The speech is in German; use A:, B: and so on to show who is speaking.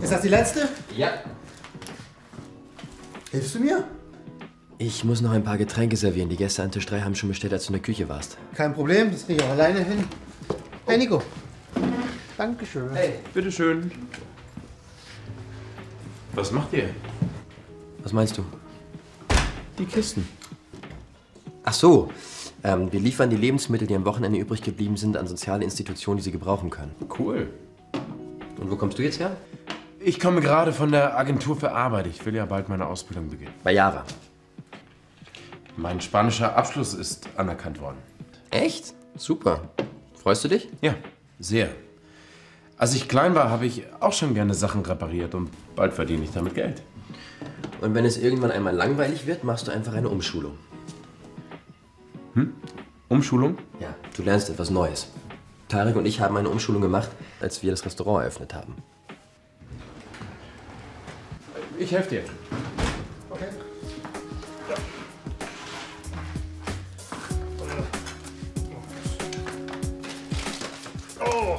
A: Ist das die letzte?
B: Ja.
A: Hilfst du mir?
C: Ich muss noch ein paar Getränke servieren. Die Gäste an Tisch 3 haben schon bestellt, als du in der Küche warst.
A: Kein Problem, das kriege ich auch alleine hin. Hey Nico. Dankeschön.
B: Hey. Bitteschön. Was macht ihr?
C: Was meinst du?
B: Die Kisten.
C: Ach so. Ähm, wir liefern die Lebensmittel, die am Wochenende übrig geblieben sind, an soziale Institutionen, die sie gebrauchen können.
B: Cool.
C: Und wo kommst du jetzt her?
B: Ich komme gerade von der Agentur für Arbeit. Ich will ja bald meine Ausbildung beginnen.
C: Bei Java.
B: Mein spanischer Abschluss ist anerkannt worden.
C: Echt? Super. Freust du dich?
B: Ja, sehr. Als ich klein war, habe ich auch schon gerne Sachen repariert und bald verdiene ich damit Geld.
C: Und wenn es irgendwann einmal langweilig wird, machst du einfach eine Umschulung.
B: Hm? Umschulung?
C: Ja, du lernst etwas Neues. Tarek und ich haben eine Umschulung gemacht, als wir das Restaurant eröffnet haben.
B: Ich helfe dir.
A: Okay.
B: Oh.